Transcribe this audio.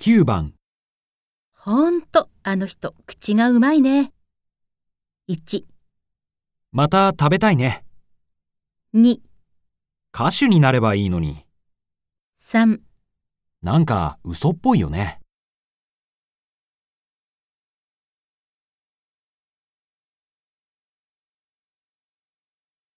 9番、ほんと、あの人、口がうまいね。1、また食べたいね。 2、歌手になればいいのに。 3。なんか嘘っぽいよね。